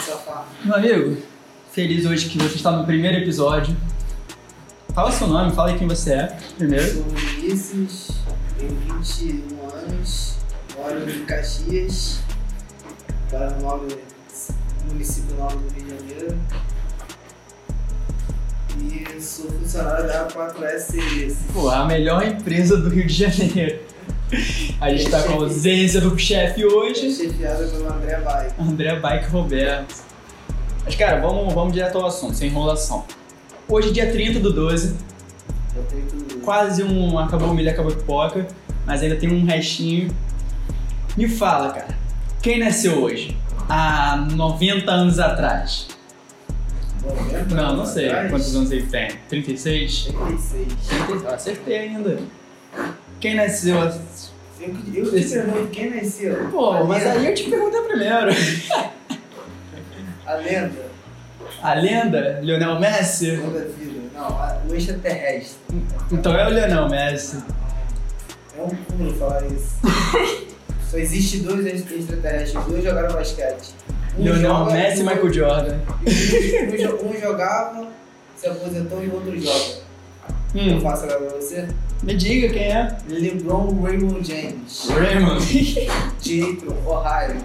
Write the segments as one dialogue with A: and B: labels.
A: falar.
B: Meu amigo, feliz hoje que você está no primeiro episódio. Fala seu nome, fala quem você é,
A: Eu
B: primeiro.
A: sou o Ulisses, tenho 21 anos, moro em Caxias, para no nobre- município novo do Rio de Janeiro. E sou funcionário da 4S Serviços.
B: Pô, a melhor empresa do Rio de Janeiro. A gente tá com a ausência do chefe
A: É
B: hoje,
A: chefiada pelo André Vai.
B: André Bike Roberto. Mas, cara, vamos, vamos direto ao assunto, sem enrolação. Hoje, dia 30 do 12,
A: Eu tenho tudo.
B: quase um acabou milho, acabou pipoca, mas ainda tem um restinho. Me fala, cara, quem nasceu hoje? Há 90 anos atrás.
A: Bom, né?
B: Não, não sei
A: Atrás,
B: quantos anos ele tem. 36?
A: 36.
B: 36? Acertei ainda. Quem nasceu? há-
A: Eu, eu te pergunto quem nasceu?
B: Pô,
A: a
B: mas
A: lenda,
B: aí eu te perguntei primeiro.
A: A lenda,
B: A lenda? Lionel Messi?
A: toda a vida. Não, a, o extraterrestre.
B: Então é o Lionel Messi.
A: É um pulo falar isso. Só existe dois extraterrestres, dois jogaram basquete. Um
B: Lionel Messi e Michael Jordan.
A: Jordan. Um, jogava, se aposentou e o outro joga. Eu
B: Hum,
A: faço agora pra você.
B: me diga quem é.
A: LeBron Raymond James,
B: Raymond.
A: de Akron, Ohio,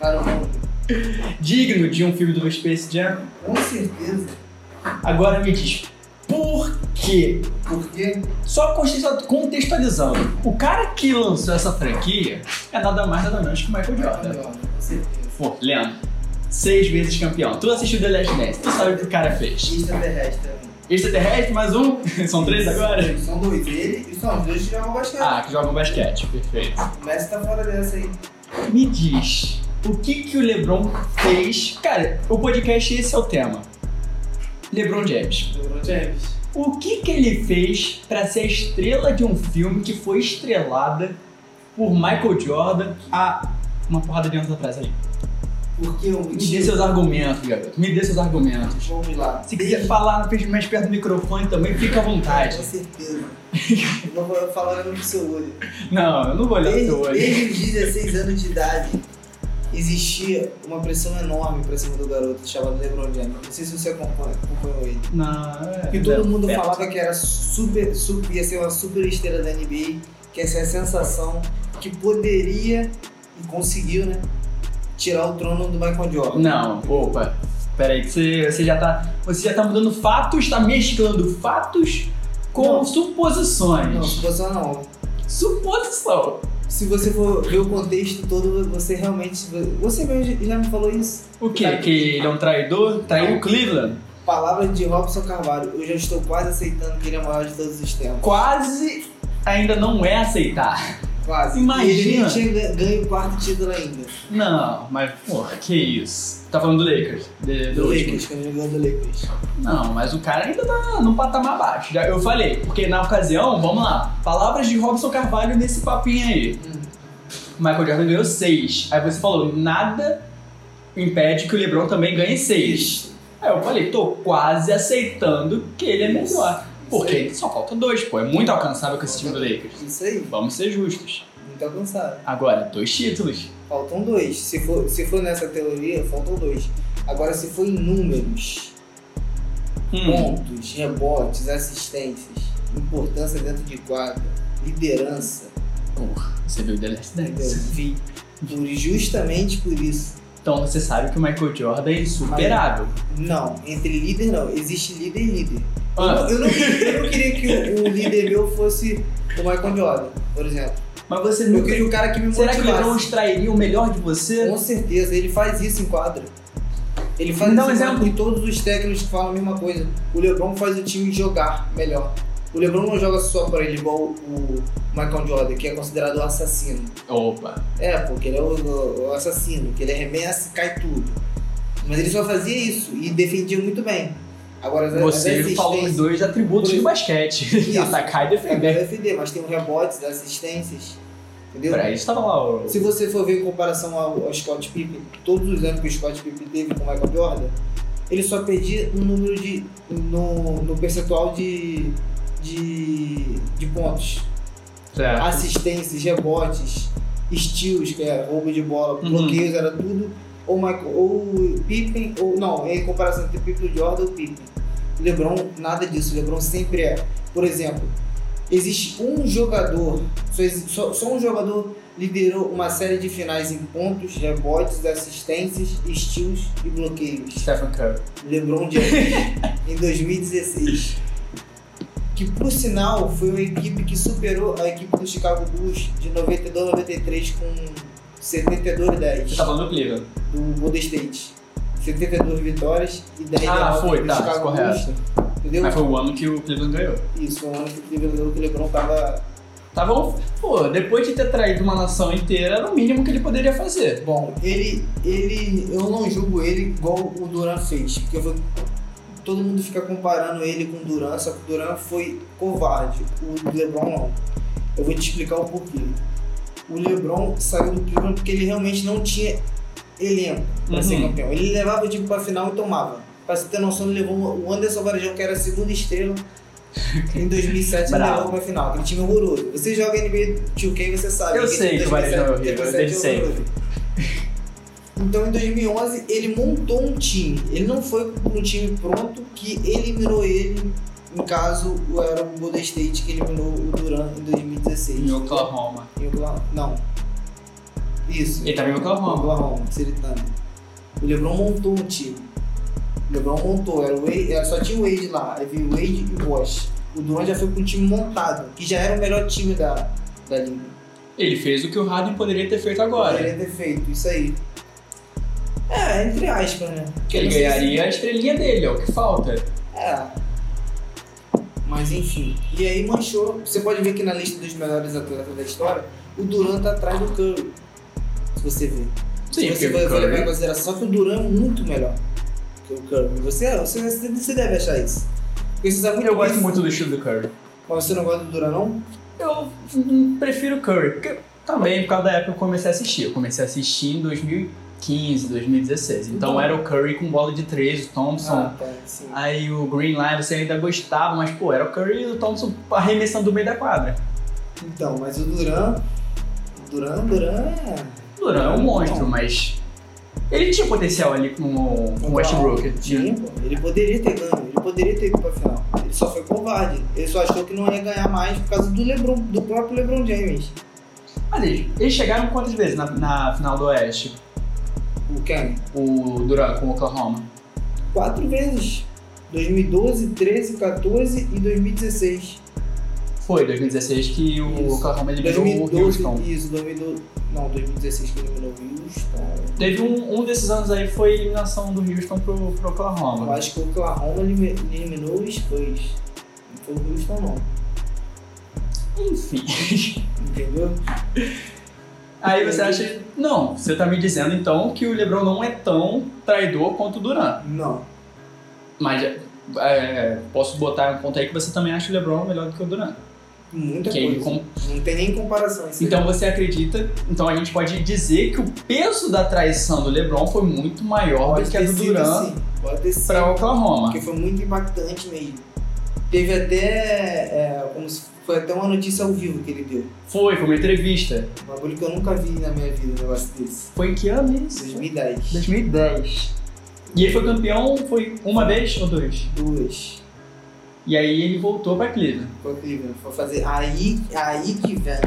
A: para o mundo.
B: Digno de um filme do Space Jam.
A: Com certeza.
B: Agora me diz, por quê?
A: Porque
B: Só contextua- contextualizando, o cara que lançou essa franquia é nada mais nada menos que o Michael Jordan.
A: com certeza.
B: Pô, Leandro, seis vezes campeão. Tu assistiu The Last Dance, tu sabe o que o cara fez.
A: Extraterrestre também.
B: Extraterrestre, mais um. São três agora?
A: São dois. Ele e são os dois que jogam basquete.
B: Ah, que jogam basquete, perfeito.
A: O Messi tá fora dessa aí.
B: Me diz, o que que o LeBron fez? Cara, o podcast esse é o tema. LeBron James.
A: LeBron James.
B: O que, que ele fez para ser a estrela de um filme que foi estrelada por Michael Jordan há uma porrada de anos atrás aí?
A: Porque um o
B: Me dê seus argumentos, garoto. Me dê seus argumentos.
A: Vamos lá.
B: Se quiser falar mais perto do microfone também, fica à vontade.
A: Com certeza. Eu não vou falar olhando pro seu olho.
B: Não, eu não vou olhar
A: Desde,
B: seu olho.
A: desde os 16 anos de idade, existia uma pressão enorme pra cima do garoto chamado LeBron James. Não sei se você acompanha, acompanhou ele.
B: Não, é.
A: E todo mundo
B: Certo.
A: falava que era super, super, ia ser uma super estrela da NBA, que ia ser a sensação que poderia e conseguiu, né? Tirar o trono do Michael Jordan.
B: Não, opa. Peraí, que você, você já tá. Você já tá mudando fatos, tá mesclando fatos com
A: Não.
B: suposições.
A: Não, suposição não.
B: Suposição.
A: Se você for ver o contexto todo, você realmente. Você mesmo já me falou isso?
B: O quê? Que ele é um traidor? Traiu o Cleveland?
A: Palavra de Robson Carvalho, eu já estou quase aceitando que ele é o maior de todos os tempos.
B: quase ainda não é aceitar.
A: Quase.
B: Imagina.
A: Ele nem tinha gan- ganho o quarto título ainda.
B: Não, mas porra, que isso. Tá falando do Lakers? De-
A: Do
B: do último.
A: Lakers, quando ele ganhou do Lakers.
B: Não, mas o cara ainda tá num patamar baixo. Já eu falei, porque na ocasião, vamos lá, palavras de Robson Carvalho nesse papinho aí. Michael Jordan ganhou seis. Aí você falou, nada impede que o LeBron também ganhe seis. Aí eu falei, tô quase aceitando que ele é melhor. Porque só falta dois, pô. É muito alcançável com esse time do Lakers.
A: Isso aí,
B: Vamos ser justos.
A: muito avançado.
B: Agora, dois títulos.
A: Faltam dois. Se for, se for nessa teoria, faltam dois. Agora, se for em números,
B: Hum.
A: pontos, rebotes, assistências, importância dentro de quadra, liderança,
B: Porra, você viu The Last
A: entendeu?
B: Dance.
A: Vi. Por- Justamente por isso.
B: Então você sabe que o Michael Jordan é insuperável.
A: Não, entre líder não. Existe líder e líder.
B: Ah,
A: Eu não, eu não queria que o, o líder meu fosse o Michael Jordan, por exemplo.
B: mas você
A: Eu
B: nunca.
A: queria o cara que me
B: Será que o LeBron
A: motivasse.
B: extrairia o melhor de você?
A: Com certeza, ele faz isso em quadra. Ele faz
B: Me dá um
A: isso em
B: exemplo.
A: quadra, e todos os técnicos falam a mesma coisa. O LeBron faz o time jogar melhor. O LeBron não joga só para ele, igual o Michael Jordan, que é considerado o assassino.
B: Opa.
A: É, porque ele é o, o- o assassino, que ele arremessa e cai tudo. Mas ele só fazia isso e defendia muito bem. Agora,
B: É,
A: as- as
B: Você falou os
A: assistências-
B: dois
A: Por
B: atributos do
A: isso.
B: basquete.
A: Isso.
B: Atacar e
A: É bem
B: defender.
A: defender, mas tem o rebotes, as assistências. Entendeu?
B: Pra isso tava lá o.
A: Se você for ver em comparação ao, ao Scott Pippen, todos os anos que o Scott Pippen teve com o Michael Jordan, ele só perdia no número de. no, no percentual de, de. de pontos.
B: Certo.
A: Assistências, rebotes, estilos, que é roubo de bola,
B: Uhum.
A: bloqueios, era tudo ou Michael, ou Pippen, ou não, em comparação entre Pippen e Jordan ou Pippen. LeBron, nada disso. LeBron sempre é. Por exemplo, existe um jogador, só, exi- só, só um jogador liderou uma série de finais em pontos, rebotes, assistências, estilos e bloqueios.
B: Stephen Curry.
A: LeBron James um em 2016. Que por sinal foi uma equipe que superou a equipe do Chicago Bulls de 92-93 com 72 e 10
B: Você tá falando do Cleveland.
A: do Golden State. 72 vitórias e 10
B: Ah,
A: derrotas
B: foi,
A: pro
B: tá,
A: Chicago
B: correto.
A: Bulls, entendeu?
B: Mas foi o ano que o Cleveland ganhou.
A: Isso, um ano que o Cleveland- que o LeBron tava
B: Tava. um, Pô, depois de ter traído uma nação inteira, era o mínimo que ele poderia fazer.
A: Bom, ele, ele, eu não julgo ele igual o Duran fez, porque eu vou- todo mundo fica comparando ele com o Duran, só que o Duran foi covarde, o LeBron não. Eu vou te explicar o porquê. O LeBron saiu do Cleveland porque ele realmente não tinha elenco pra ser
B: Uhum.
A: campeão. assim, Ele levava o time pra final e tomava. Pra você ter noção, ele levou o Anderson Varejão, que era a segunda estrela em 2007, ele
B: Bravo.
A: levou pra final. Aquele time horroroso. Você joga NBA 2K, você sabe.
B: Eu
A: aquele
B: sei que o Varejão é horrível, eu
A: 2017
B: sei.
A: horroroso. Então, em 2011, ele montou um time. Ele não foi com um time pronto que eliminou ele. No caso, era o Golden State que eliminou o Duran em 2016.
B: Em Oklahoma.
A: Em Oklahoma. Não. Isso.
B: Ele tava em Oklahoma.
A: Oklahoma, City Thunder. O LeBron montou um time. O LeBron montou, era o Wade, era, só tinha o Wade lá, aí veio o Wade e o Bosch. O Durant já foi com um time montado, que já era o melhor time da, da liga.
B: Ele fez o que o Harden poderia ter feito agora.
A: Poderia ter feito, isso aí. É, entre aspas, né?
B: Que ele
A: Não sei se-
B: ganharia a estrelinha dele, é o que falta.
A: É. Mas enfim. E aí manchou. Você pode ver que na lista dos melhores atletas da história, o Durant tá atrás do Curry. Se você ver.
B: Sim,
A: Se você
B: porque
A: for
B: o
A: for levar em
B: Curry-
A: consideração, só que o Durant é muito melhor que o Curry. Você, ah, você, você deve achar isso. Porque você sabe muito
B: Eu gosto
A: bem-
B: muito do estilo do Curry.
A: Mas você não gosta do Durant, não?
B: Eu hum, prefiro o Curry, porque também por causa da época que eu comecei a assistir. Eu comecei a assistir em 2015, 2016. Então
A: Então.
B: era o Curry com bola de três, o Thompson.
A: Ah, tá, sim.
B: Aí o Green Line você ainda gostava, mas pô, era o Curry e o Thompson arremessando do meio da quadra.
A: Então, mas o Durant. Durant, Durant é.
B: Duran é um monstro, mas. Ele tinha potencial ali com
A: Uhum.
B: com o Um Westbrook.
A: Tinha, pô. Ele poderia ter ganho, ele poderia ter ido pra final. Ele só foi covarde. Ele só achou que não ia ganhar mais por causa do LeBron, do próprio LeBron James.
B: Mas eles, eles chegaram quantas vezes na, na final do Oeste?
A: O Ken.
B: O Duran com o Oklahoma?
A: Quatro vezes. 2012, 13, 14 e 2016.
B: Foi 2016 que o
A: Isso.
B: Oklahoma eliminou o
A: 2012,
B: Houston.
A: isso, 2012. Não, 2016 que eliminou o tá. Houston.
B: Teve um, um desses anos aí foi a eliminação do Houston pro, pro
A: Eu
B: Oklahoma.
A: acho que o Oklahoma elimi- eliminou os Spurs. Não foi o Houston, não.
B: Enfim.
A: Entendeu?
B: aí você acha. Não, você tá me dizendo então que o Lebron não é tão traidor quanto o Duran.
A: Não.
B: Mas é, posso botar um ponto aí que você também acha o Lebron melhor do que o Duran.
A: Muita
B: Que ele
A: coisa.
B: com-
A: Não tem nem comparação. isso aí.
B: Então você acredita, então a gente pode dizer que o peso da traição do Lebron foi muito maior do que a
A: ter
B: do
A: sido,
B: Duran
A: sim. Pode ter sido.
B: pra Oklahoma.
A: Porque foi muito impactante mesmo. Teve até. é, como se- foi até uma notícia ao vivo que ele deu.
B: Foi, foi uma entrevista.
A: Um bagulho que eu nunca vi na minha vida, um negócio desse.
B: Foi em que ano isso?
A: 2010.
B: 2010. E ele foi campeão, foi uma vez ou duas?
A: Duas.
B: E aí ele voltou pra Cleveland.
A: Foi incrível. Foi fazer. Aí, aí que vem.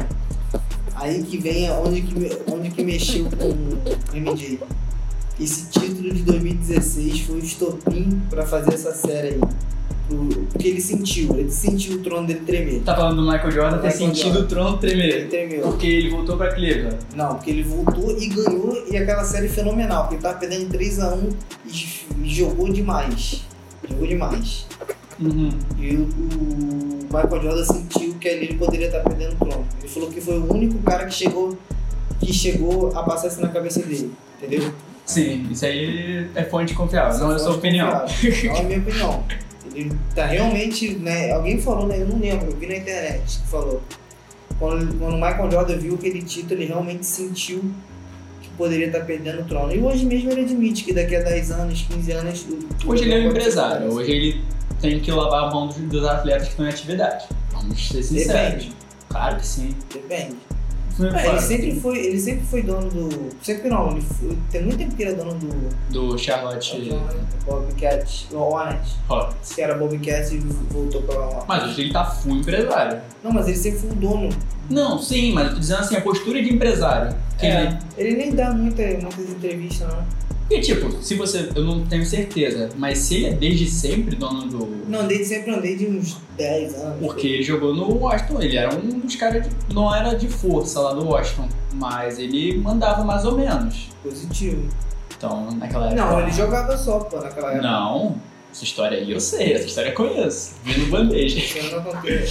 A: Aí que vem é onde que, me- onde que mexeu com o MJ. Esse título de 2016 foi o estopim pra fazer essa série aí. Pro- Porque ele sentiu, ele sentiu o trono dele tremer.
B: Tá falando do Michael Jordan ter
A: Michael
B: sentido
A: Jordan.
B: o trono
A: Ele
B: tremer.
A: tremeu.
B: Porque ele voltou pra Cleveland.
A: Não, porque ele voltou e ganhou e aquela série fenomenal, porque ele tava perdendo 3x1 e, j- e jogou demais. Jogou demais.
B: Uhum.
A: E o, o Michael Jordan sentiu que ali ele poderia estar perdendo o trono. Ele falou que foi o único cara que chegou que chegou a passar isso na cabeça dele, entendeu?
B: Sim, isso aí é fonte confiável, não é sua opinião.
A: Não é minha opinião. Ele tá realmente, né? Alguém falou, né? Eu não lembro, eu vi na internet que falou. Quando, quando o Michael Jordan viu aquele título, ele realmente sentiu que poderia estar perdendo o trono. E hoje mesmo ele admite que daqui a 10 anos, 15 anos. o-
B: Hoje ele é
A: pode
B: um
A: ser
B: empresário,
A: mais.
B: hoje ele tem que lavar a mão dos, dos atletas que estão em atividade. Vamos ser sinceros.
A: Depende,
B: Claro que sim.
A: depende. É, ele, sempre foi, ele sempre foi dono do. Sempre não, ele foi, tem muito tempo que ele é dono do.
B: Do Charlotte
A: Bobcat Hornet.
B: Hot.
A: Se era Bobcat e voltou pra lá.
B: Mas hoje ele tá full empresário.
A: Não, mas ele sempre foi o dono.
B: Não, sim, mas eu tô dizendo assim, a postura de empresário. Que
A: É.
B: ele-
A: Ele nem dá muita, muitas entrevistas, né? não.
B: Porque, tipo, se você. Eu não tenho certeza, mas se ele é desde sempre dono do.
A: Não, desde sempre andei de uns 10 anos.
B: Porque ele jogou no Washington, ele era um dos caras de. Não era de força lá do Washington, mas ele mandava mais ou menos.
A: Positivo.
B: Então, naquela época.
A: Não, ele jogava só, pô, naquela época.
B: Não, essa história aí eu sei, essa história eu conheço. Vi no bandeja.
A: Eu não contei.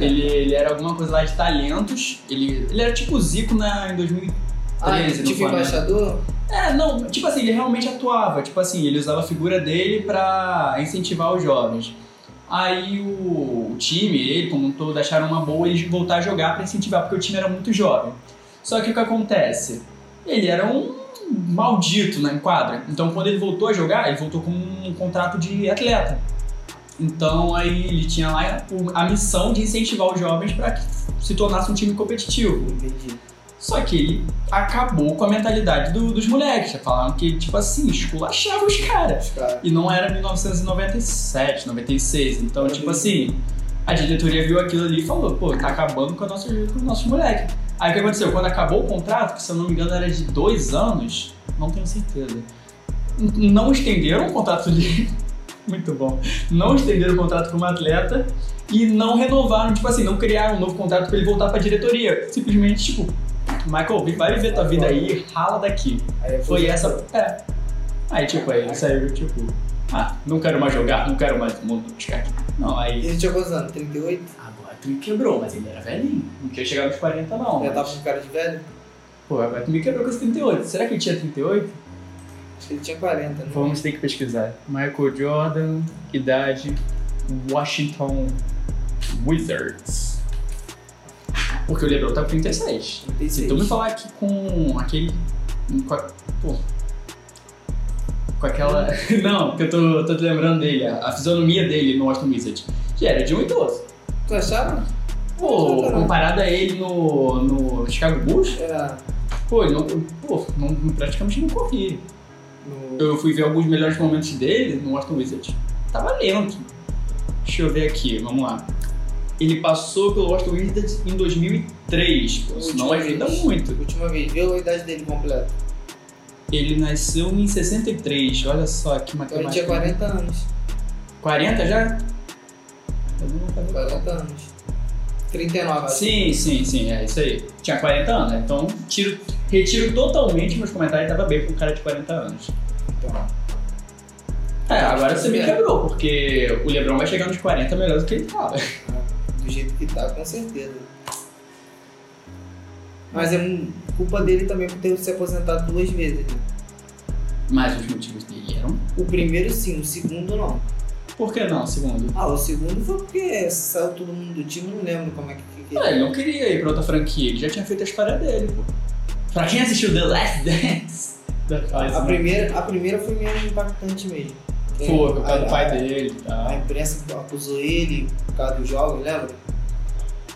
B: Ele, ele era alguma coisa lá de talentos. Ele, ele era tipo o Zico na, em 2013.
A: Ah,
B: no
A: tipo
B: Flamengo.
A: embaixador?
B: É, não, tipo assim, ele realmente atuava. Tipo assim, ele usava a figura dele pra incentivar os jovens. Aí o, o time, ele como um todo, acharam uma boa ele voltar a jogar pra incentivar, porque o time era muito jovem. Só que o que acontece? Ele era um maldito na quadra. Então quando ele voltou a jogar, ele voltou com um contrato de atleta. Então aí ele tinha lá o- a missão de incentivar os jovens pra que se tornasse um time competitivo.
A: Entendi.
B: Só que ele acabou com a mentalidade do- dos moleques. Falaram que, tipo assim, esculachava os caras.
A: Os caras.
B: E não era 1997, 96. Então, tipo assim, a diretoria viu aquilo ali e falou, pô, tá acabando com, a nossa, com os nossos moleques. Aí o que aconteceu? Quando acabou o contrato, que se eu não me engano era de dois anos, não tenho certeza. n- Não estenderam o contrato dele. Muito bom. Não estenderam o contrato para um atleta e não renovaram, tipo assim, não criaram um novo contrato pra ele voltar pra diretoria. Simplesmente, tipo, Michael, vai viver tua vida aí, rala daqui.
A: Aí é
B: Foi
A: positivo.
B: essa. É. Aí, tipo, aí ele saiu, tipo, ah, não quero mais jogar, não quero mais mundo buscar aqui. Não, aí.
A: Ele tinha quantos anos? 38?
B: Agora tu me quebrou, mas ele era velhinho. Não tinha chegado nos 40, não.
A: Já
B: Mas,
A: tava com cara de velho?
B: Pô, agora tu me quebrou com os 38. Será que ele tinha 38?
A: Acho que ele tinha 40, né?
B: Vamos ter que pesquisar. Michael Jordan, idade, Washington Wizards. Porque o Lebron tá com 36. Se tu me
A: 36.
B: Então, falar aqui com aquele. Com a, pô. Com aquela. Não, que eu tô, tô te lembrando dele, a, a fisionomia dele no Austin Wizard, que era de um idoso.
A: Tu achava?
B: Pô,
A: Ah, tá.
B: comparado a ele no, no Chicago Bulls,
A: Era
B: pô, ele não, pô não, praticamente não corria.
A: no...
B: Eu fui ver alguns melhores momentos dele no Austin Wizard. Tava lento. Deixa eu ver aqui, vamos lá. Ele passou pelo Austin Wizard em 2003, pô, isso não
A: Última
B: ajuda
A: vez.
B: muito.
A: Última vez, viu a idade dele completa.
B: Ele nasceu em 63, olha só que
A: Então ele
B: matemática.
A: tinha 40 anos.
B: 40 já? Eu não- eu não-
A: 40 anos. 39, acho.
B: Sim, sim, sim, é isso aí. Tinha 40 anos, né? então tiro, retiro totalmente meus comentários, tava bem com um cara de 40 anos.
A: Então,
B: É, agora você me
A: É.
B: quebrou, porque o Lebron vai chegar nos 40 melhor do que ele tava.
A: do jeito que tá, com certeza. Mas é um- culpa dele também por ter se aposentado duas vezes. né?
B: Mas os motivos dele eram.
A: O primeiro sim, o segundo não.
B: Por que não, segundo?
A: Ah, o segundo foi porque saiu todo mundo do time, não lembro como é que, que, que
B: Ah, ele não queria ir pra outra franquia, ele já tinha feito a história dele, pô. Pra quem assistiu The Last Dance da fase,
A: a
B: né?
A: primeira A primeira foi meio impactante mesmo.
B: Foi,
A: Tem-
B: por causa
A: a-
B: do pai dele e tal.
A: A imprensa acusou ele por causa dos jogos, lembra?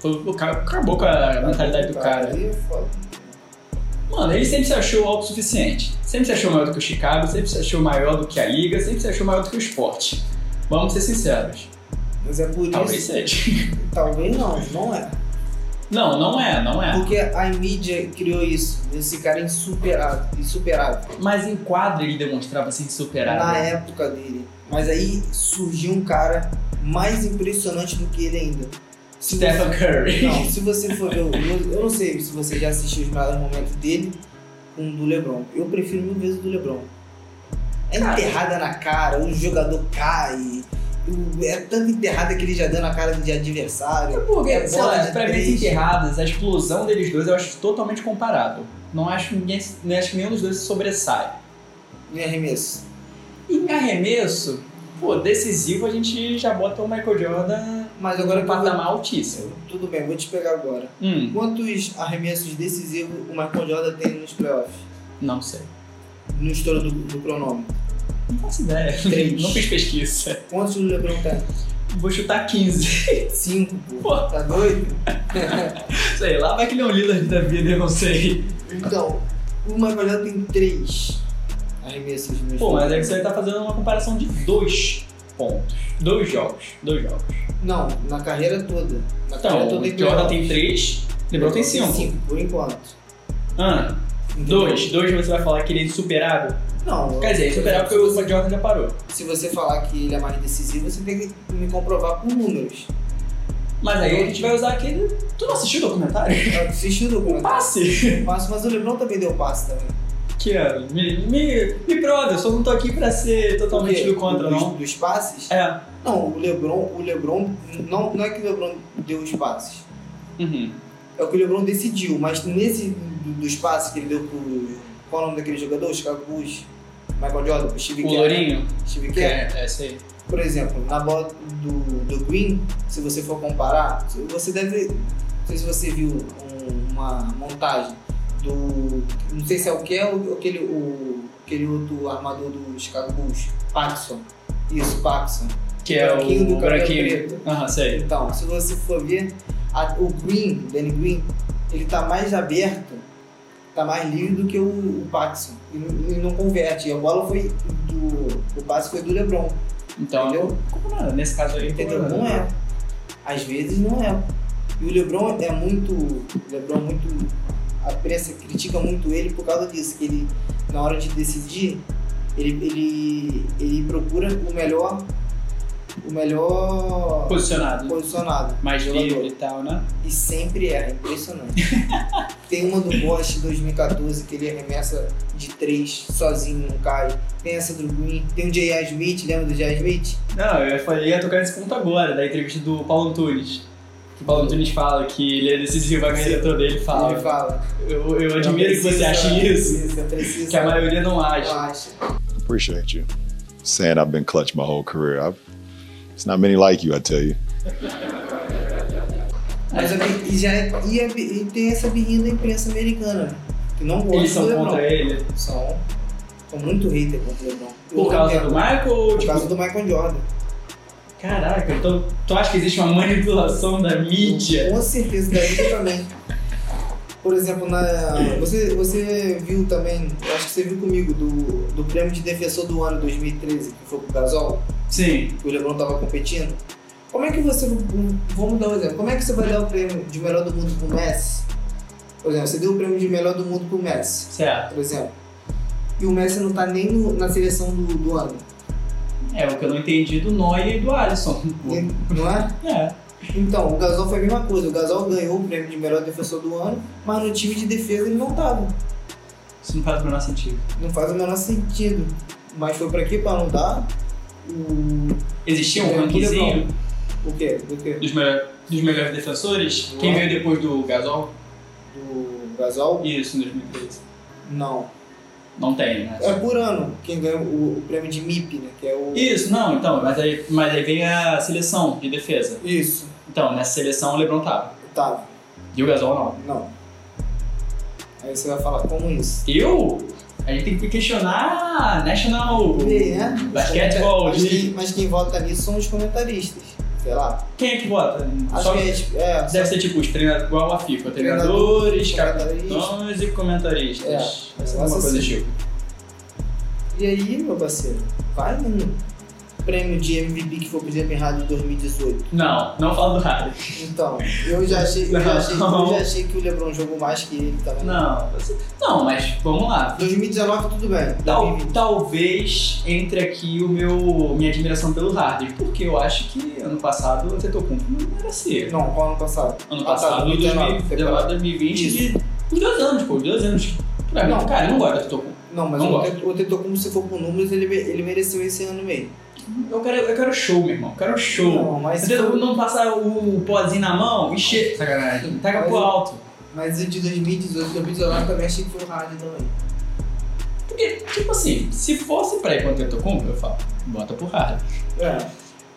B: Foi- O cara acabou com a mentalidade do cara.
A: Aí é foda.
B: Mano, ele sempre se achou autossuficiente. Sempre se achou maior do que o Chicago, sempre se achou maior do que a Liga, sempre se achou maior do que o esporte. Vamos ser sinceros.
A: Mas é por
B: Talvez
A: isso.
B: seja.
A: Talvez não, não é.
B: Não, não é, não é.
A: Porque a mídia criou isso, esse cara insuperável, insuperável
B: Mas em quadro ele demonstrava se superar.
A: na época dele. Mas aí surgiu um cara mais impressionante do que ele ainda. Se
B: Stephen
A: você-
B: Curry.
A: Não, se você for ver, o- eu, eu não sei se você já assistiu os melhores momentos dele com o do LeBron. Eu prefiro mil vezes o do LeBron. É
B: Cara.
A: enterrada na cara, o jogador cai. o- É tanta enterrada que ele já deu na cara de adversário.
B: Porque, sei lá,
A: É Bola de
B: pra mim, é
A: três.
B: enterradas, a explosão deles dois eu acho totalmente comparável. Não acho, ninguém, não acho que nenhum dos dois se sobressai.
A: Em arremesso.
B: Em arremesso, pô, decisivo a gente já bota o Michael Jordan
A: Mas agora
B: agora em
A: que eu vou-
B: patamar altíssimo.
A: Tudo bem, vou te pegar agora.
B: Hum,
A: Quantos arremessos decisivos o Michael Jordan tem nos playoffs?
B: não sei.
A: No estouro do, do cronômetro.
B: Não faço ideia.
A: Três.
B: Não fiz pesquisa.
A: Quantos o LeBron tem?
B: Vou chutar 15.
A: 5, pô.
B: Pô.
A: Tá doido?
B: Sei lá, vai que ele é um líder da vida, eu não sei.
A: então, o Marvelão tem 3 arremessos meus.
B: Pô, mas é que você tá fazendo uma comparação de dois pontos. Dois jogos. Dois jogos.
A: Não, na carreira toda. Na carreira
B: Então,
A: toda
B: o
A: em
B: Jordan
A: playoff.
B: tem três, LeBron tem cinco.
A: 5, por enquanto.
B: Ah,
A: Entendeu?
B: dois. Dois você vai falar que ele é insuperável?
A: Não.
B: Quer dizer, insuperável porque o
A: se,
B: Jordan já parou.
A: se você falar que ele é mais decisivo, você tem que me comprovar por números.
B: Mas aí a gente vai usar aquele. Tu não assistiu o documentário?
A: Eu assisti o
B: O
A: documento.
B: passe!
A: Passo, mas o Lebron também deu passe também.
B: Que é, me, me, me prova, eu só não tô aqui pra ser totalmente
A: Porque
B: do contra,
A: dos,
B: não.
A: Dos passes?
B: É.
A: Não, o Lebron, o Lebron não, não é que o Lebron deu os passes.
B: Uhum.
A: É o que o Lebron decidiu, mas nesse do- dos passes que ele deu pro. Qual o nome daquele jogador? Os Chicago Bulls? Michael Jordan, pro Steve
B: O
A: Kerr.
B: Lourinho?
A: Steve
B: Que
A: Kerr.
B: é, é esse aí.
A: Por exemplo, na bola do, do Green, se você for comparar, você deve. Não sei se você viu um- uma montagem do. Não sei se é o que é ou aquele, o, aquele outro armador do Chicago Bulls, Paxson. Isso, Paxson.
B: Que é
A: Branquinho do
B: o
A: cabelo
B: branquinho.
A: preto.
B: Aham, sei.
A: Então, se você for ver, a- o Green, o Danny Green, ele tá mais aberto, tá mais livre do que o, o Paxson. E não, e não converte. E a bola foi do. O passe foi do Lebron.
B: Então, né?
A: entendeu?
B: como não, nesse caso aí,
A: Entendeu?
B: como
A: Não é. Às vezes não é. E o Lebron é muito. o Lebron é muito. A imprensa critica muito ele por causa disso, que ele, na hora de decidir, ele, ele, ele procura o melhor. O melhor
B: Posicionado.
A: posicionado.
B: Mais
A: Jogador.
B: livre e tal, né?
A: E sempre erra, impressionante. Tem uma do Bosch de 2014 que ele arremessa de três sozinho, não cai. Tem essa do Green, tem o J.R. Smith, lembra do J.R. Smith?
B: Não, eu falei, ia tocar nesse ponto agora, da entrevista do Paulo Antunes. Que o Paulo Antunes fala que ele é decisivo, vai ganhar toda ele
A: Ele
B: fala.
A: fala.
B: Eu, eu admiro que você ache isso,
A: Eu preciso.
B: que é a maioria não
A: eu
B: acha.
A: acho.
C: Appreciate you. Saying I've been clutch my whole career. I've, it's not many like you, I tell you.
A: Mas eu, tenho- e, já, é, e, a- e tem essa birrinha da imprensa americana, que não gosta
B: Eles
A: do
B: são
A: LeBron.
B: contra ele.
A: São. São muito hater contra o LeBron. Eu
B: Por causa
A: entendo.
B: do Michael ou
A: Por
B: tipo.
A: causa do Michael Jordan.
B: Caraca, então tu acha que existe uma manipulação da mídia?
A: Com certeza, da vida também. Por exemplo, na, você, você viu também, eu acho que você viu comigo, do, do prêmio de defensor do ano 2013, que foi pro Gasol,
B: Sim.
A: que o LeBron tava competindo. Como é que você, vamos dar um exemplo, como é que você vai dar o prêmio de melhor do mundo pro Messi? Por exemplo, você deu o prêmio de melhor do mundo pro Messi.
B: Certo.
A: por exemplo. E o Messi não tá nem no- na seleção do, do ano,
B: É, o que eu não entendi do Noia e do Alisson.
A: não é?
B: É.
A: Então, o Gasol foi a mesma coisa. O Gasol ganhou o prêmio de melhor defensor do ano, mas no time de defesa ele não tava.
B: Isso não faz o menor sentido.
A: Não faz o menor sentido. Mas foi pra quê? Pra não dar o...
B: Existia um
A: É,
B: rankingzinho
A: O quê? Do quê?
B: dos, melhor- dos melhores defensores?
A: Boa.
B: Quem veio depois do Gasol?
A: Do Gasol?
B: Isso, em 2013.
A: Não.
B: Não tem, né?
A: É por ano quem ganha o, o prêmio de MIP, né? Que é o...
B: Isso, não, então, mas aí, mas aí vem a seleção de defesa.
A: Isso.
B: Então, nessa seleção o Lebron tava.
A: Tá.
B: E o Gasol não.
A: Não. Aí você vai falar, como isso?
B: Eu? A gente tem que questionar a National
A: E aí, né?
B: Basketball
A: Mas
B: League.
A: quem, mas quem vota nisso são os comentaristas. Sei lá.
B: Quem é que vota?
A: Acho
B: Só-
A: que é. é,
B: Deve ser tipo os treinadores, igual a FIFA,
A: Treinador,
B: treinadores,
A: comentarista.
B: capitães e comentaristas.
A: É,
B: Essa é uma
A: negócio
B: coisa
A: assim.
B: tipo.
A: E aí, meu parceiro, vai num prêmio de MVP que foi pro Jimmy Harden em 2018.
B: Não, não fala do Harden.
A: Então, eu já achei, eu já achei, eu já achei que o LeBron jogou mais que ele também.
B: Não, você- não, mas vamos lá.
A: 2019 tudo bem.
B: Tal-
A: 2020.
B: talvez entre aqui o meu minha admiração pelo Harden, porque eu acho que ano passado o Tetocumpo não era ser.
A: Não, qual ano passado?
B: Ano
A: Ah, tá,
B: passado,
A: 2019,
B: 2019, 2020,
A: Isso.
B: de- os dois anos, pô, os dois anos. Pra mim,
A: Não.
B: cara, eu não gosto do Tetocumpo.
A: Não, mas
B: Não
A: o
B: gosto.
A: Tet- o Tetocumbo, se for por números, ele, me- ele mereceu esse ano mesmo.
B: Eu quero, eu quero show, meu irmão, eu quero show.
A: Não, mas,
B: Se eu não passar o pozinho na mão, enche. Sacanagem. Taca pro alto.
A: mas o de 2018, 2019 também achei que foi o Harden também.
B: Porque, tipo assim, se fosse pra ir contra o Tetocumpo, eu falo, bota pro Harden.
A: É.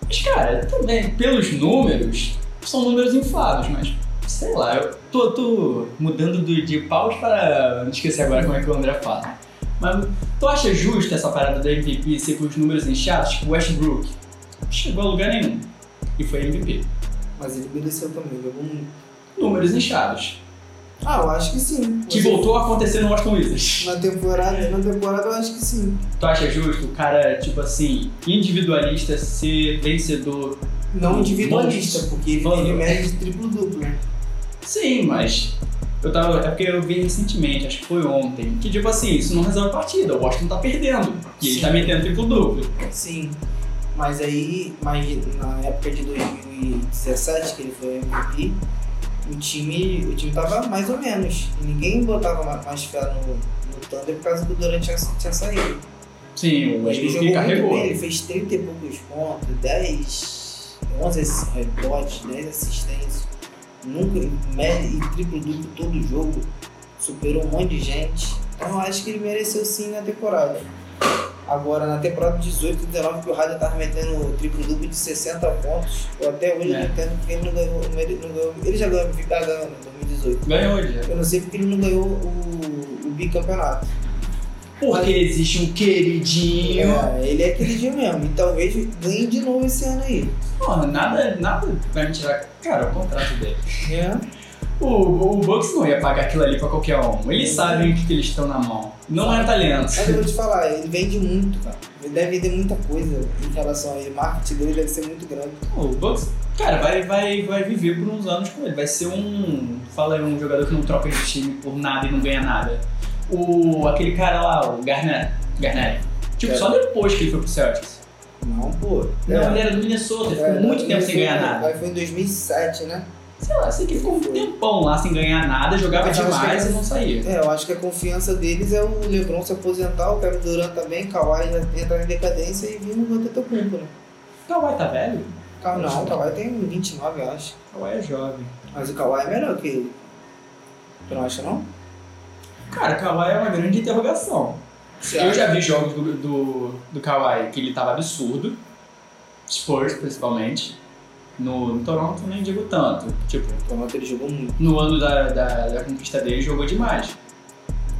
B: Mas, cara, também, pelos números, são números inflados, mas sei lá, eu tô, tô mudando do, de paus para. Não esqueci agora como é que o André fala. Mas tu acha justo essa parada do MVP ser com os números inchados? Tipo, Westbrook. Chegou a lugar nenhum. E foi MVP.
A: Mas ele mereceu também, jogou muito.
B: Números inchados.
A: Ah, eu acho que sim.
B: Que
A: Mas
B: voltou a acontecer no Washington Wizards.
A: Na temporada, na temporada eu acho que sim.
B: Tu acha justo o cara, tipo assim, individualista ser vencedor?
A: Não individualista, porque ele
B: Vando.
A: teve média de triplo-duplo. né?
B: Sim, mas. Eu tava. É porque eu vi recentemente, acho que foi ontem, que tipo assim, isso não resolve a partida. O Washington tá perdendo. E ele
A: Sim.
B: tá metendo triplo duplo.
A: Sim. Mas aí, mas na época de 2017, que ele foi MVP, o time, o time tava mais ou menos. E ninguém botava ma- mais fé no, no Thunder por causa que o Durant tinha, tinha saído.
B: Sim, o
A: ele
B: Westbrook
A: jogou
B: carregou.
A: muito bem, ele fez 30 e poucos pontos, 10, 11 ass- rebotes, 10 é, assistências. Nunca, média e triplo-duplo todo jogo. Superou um monte de gente. Então eu acho que ele mereceu sim na temporada. Agora, na temporada 18 e 19, que o Harden tava metendo triplo duplo de 60 pontos, eu até hoje
B: É.
A: não entendo porque ele não ganhou, não- ele não ganhou. Ele já ganhou MVP da Gana em 2018.
B: Ganhou já.
A: Eu não sei porque ele não ganhou o, o bicampeonato.
B: Porque existe um queridinho.
A: É, ele é aquele dia mesmo, e talvez ganhe de novo esse ano aí.
B: Porra, nada, nada vai me tirar. Cara, o contrato dele.
A: É.
B: O, o Bucks não ia pagar aquilo ali pra qualquer um. Eles sabem o que, que eles estão na mão. Não é talento.
A: Mas eu vou te falar, ele vende muito, cara. Ele deve vender muita coisa em relação a ele. O marketing dele deve ser muito grande.
B: O Bucks, cara, vai, vai, vai viver por uns anos com ele. Vai ser um. Fala aí, um jogador que não troca de time por nada e não ganha nada. O. aquele cara lá, o Garnett. Garnett. Tipo,
A: É.
B: só depois que ele foi pro Celtics.
A: Não, né? pô. É,
B: Não, ele era do Minnesota, ele ficou muito tempo sem ganhar nada.
A: Aí foi em 2007, né?
B: Sei lá, sei que ele ficou um tempão lá sem ganhar nada, jogava
A: Mas eu acho
B: demais
A: que-
B: e não saía.
A: É, eu acho que a confiança deles é o LeBron se aposentar, o Kevin Durant também, Kawhi já entrar em decadência e vir um Antetokounmpo, né?
B: Kawhi tá velho?
A: Ka- Não, o Kawhi tem 29, eu acho.
B: Kawhi é jovem.
A: Mas o Kawhi é melhor que ele. Tu não acha, não?
B: Cara, Kawhi é uma grande interrogação.
A: Você
B: Eu
A: acha?
B: já vi jogos do, do, do Kawhi que ele tava absurdo. Spurs, principalmente. No, no Toronto nem digo tanto. Tipo,
A: Toronto é ele jogou muito.
B: no ano da, da, da conquista dele jogou demais.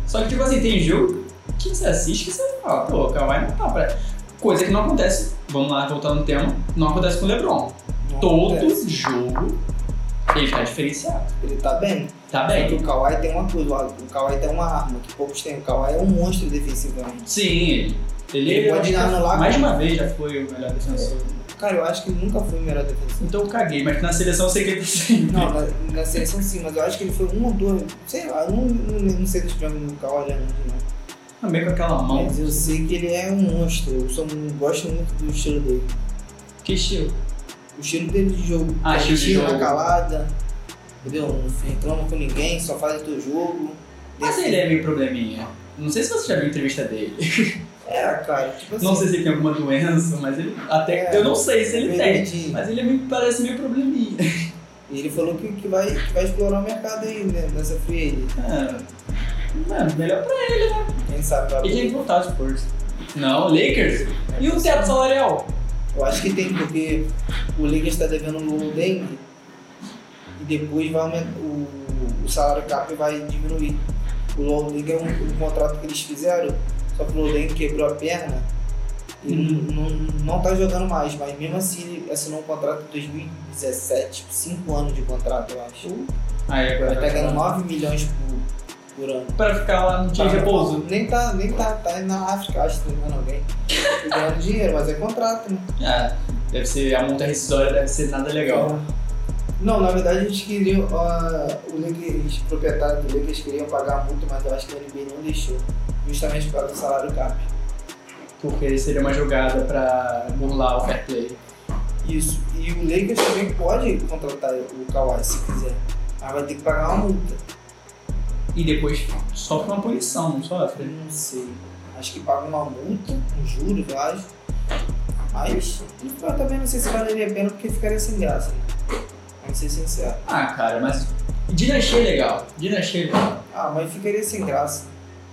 B: Só que, tipo assim, tem jogo que você assiste que você fala, pô, o Kawhi não tá pra. Coisa que não acontece, vamos lá, voltando no tema, não acontece com o LeBron.
A: Não é.
B: Todo
A: acontece.
B: jogo ele tá diferenciado.
A: Ele tá bem.
B: Tá
A: Só que
B: bem?
A: o Kawhi tem uma coisa, o Kawhi tem uma arma que poucos têm. O Kawhi é um monstro defensivamente.
B: Sim, ele.
A: Ele pode anular
B: mais
A: com-
B: uma vez já foi o melhor defensor.
A: Cara, eu acho que ele nunca foi o melhor defensor.
B: Então eu caguei, mas na seleção eu sei que ele tá sempre.
A: Não, na, na seleção sim, mas eu acho que ele foi um ou dois, sei lá, eu não, não, não sei dos prêmios do Kawhi Leonard, não.
B: Também com aquela mão.
A: Mas eu sei que ele é um monstro. Eu sou, um- gosto muito do estilo dele.
B: Que estilo.
A: O estilo dele de jogo.
B: Ah, estilo de
A: Quietinho,
B: jogo.
A: na calada. Entendeu? Não reclama com ninguém, só faz o teu jogo.
B: Mas ele é meio probleminha. Não sei se você já viu a entrevista dele.
A: É, cara. Tipo assim,
B: Não sei se ele tem alguma doença, mas ele. Até.
A: É.
B: eu não sei se ele
A: meio
B: tem.
A: doidinho.
B: Mas ele é meio- parece meio probleminha.
A: E ele falou que, que, vai, que vai explorar o mercado aí, né? Nessa free agent.
B: É. Mano, melhor pra
A: Quem sabe pra
B: ele. Ele tem que voltar aos Spurs. Não, Lakers? E o teto salarial?
A: Eu acho que tem, porque o Lakers está devendo o Deng e depois vai aumentar, o, o salário cap vai diminuir. O Loldeng é um, um contrato que eles fizeram, só que o Loldeng quebrou a perna e
B: Uhum.
A: não, não tá jogando mais, mas mesmo assim ele assinou um contrato em 2017, 5 anos de contrato, eu acho.
B: Uhum. Aí
A: Vai
B: agora. tá
A: estar ganhando 9 milhões por, por ano.
B: Pra ficar lá no dia de
A: Tá,
B: repouso.
A: Nem tá, nem tá, tá na África, acho, treinando alguém. E ganhando dinheiro, mas é contrato, né?
B: É. Deve ser. A monta rescisória deve ser nada legal.
A: Não, na verdade eles queriam. ah, o Lakers, os proprietários do Lakers queriam pagar muito, mas eu acho que a NBA não deixou. Justamente por causa do salário cap.
B: Porque seria uma jogada pra burlar o fair play.
A: Isso. E o Lakers também pode contratar o Kawhi se quiser. Mas vai ter que pagar uma multa.
B: E depois sofre uma punição, não
A: Eu
B: sofre?
A: não sei. Acho que paga uma multa, um juro, eu acho. Mas eu também não sei se valeria a pena porque ficaria sem graça. Né? Vamos ser sincero.
B: Ah, cara, mas. Dinastia é legal. Dinastia é legal.
A: Ah, mas ficaria sem graça.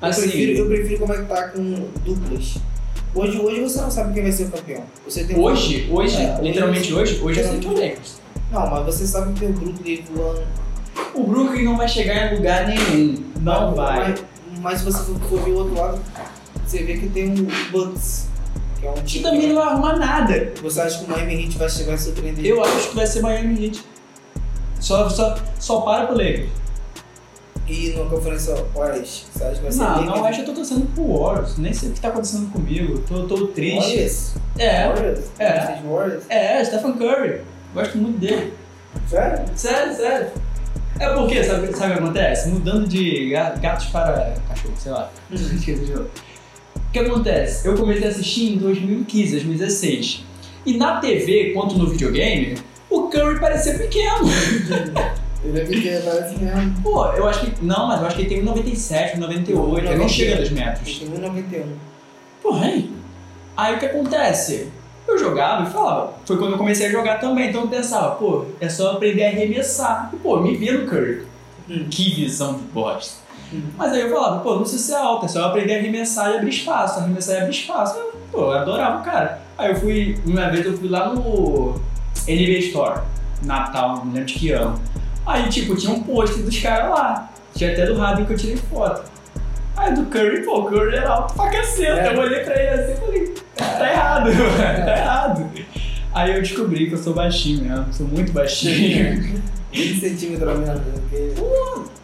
B: Assim,
A: eu, prefiro, eu prefiro como é que tá com duplas. Hoje, hoje você não sabe quem vai ser o campeão. Você tem um-
B: hoje, hoje,
A: É, hoje-
B: literalmente hoje, hoje é
A: É.
B: sempre o Lakers.
A: Não, mas você sabe que tem o Brooklyn voando.
B: O Brooklyn não vai chegar em lugar nenhum. Não vai.
A: Mas, mas se você for for ver o outro lado, você vê que tem o Bucks, que que é um
B: que
A: time.
B: também não vai arrumar nada.
A: Você acha que o Miami Heat vai chegar a surpreender?
B: Eu acho que vai ser Miami Heat. Só, só, só para pro Lakers.
A: E na conferência Oeste, você acha que vai ser
B: Não,
A: Lakers?
B: não, acho que eu tô torcendo pro Warriors. Nem sei o que tá acontecendo comigo. Tô, tô triste.
A: Warriors?
B: É,
A: Warriors?
B: É.
A: Vocês Warriors?
B: é, Stephen Curry. Gosto muito dele.
A: Sério?
B: Sério, sério. É porque, sabe, sabe o que acontece? Mudando de ga- gatos para cachorro, sei lá. Esqueci de novo. O que acontece? Eu comecei a assistir em 2015, 2016. E na TV, quanto no videogame, o Curry parecia pequeno.
A: Ele é pequeno, parece mesmo.
B: Pô, eu acho que. Não, mas eu acho que ele tem 1,97, 1,98. Ele não chega a 2 metros.
A: Ele tem 1,91.
B: Porra, hein? Aí o que acontece? Eu jogava e falava. Foi quando eu comecei a jogar também, então eu pensava, pô, é só aprender a arremessar. E, pô, me via no Curry.
A: Hum.
B: Que visão de bosta.
A: Hum.
B: Mas aí eu falava, pô, não precisa ser alto, é só eu aprender a arremessar e abrir espaço, arremessar e abrir espaço. Eu, pô, eu adorava o cara. Aí eu fui, uma vez eu fui lá no NBA Store, Natal, não lembro de que ano. Aí, tipo, tinha um pôster dos caras lá. Tinha até do Harden que eu tirei foto. Aí do Curry, pô, o Curry era alto pra caceta.
A: É.
B: Eu olhei pra ele assim e falei, tá errado, mano, tá errado. Aí eu descobri que eu sou baixinho mesmo, sou muito baixinho.
A: 20 centímetros a menos, porque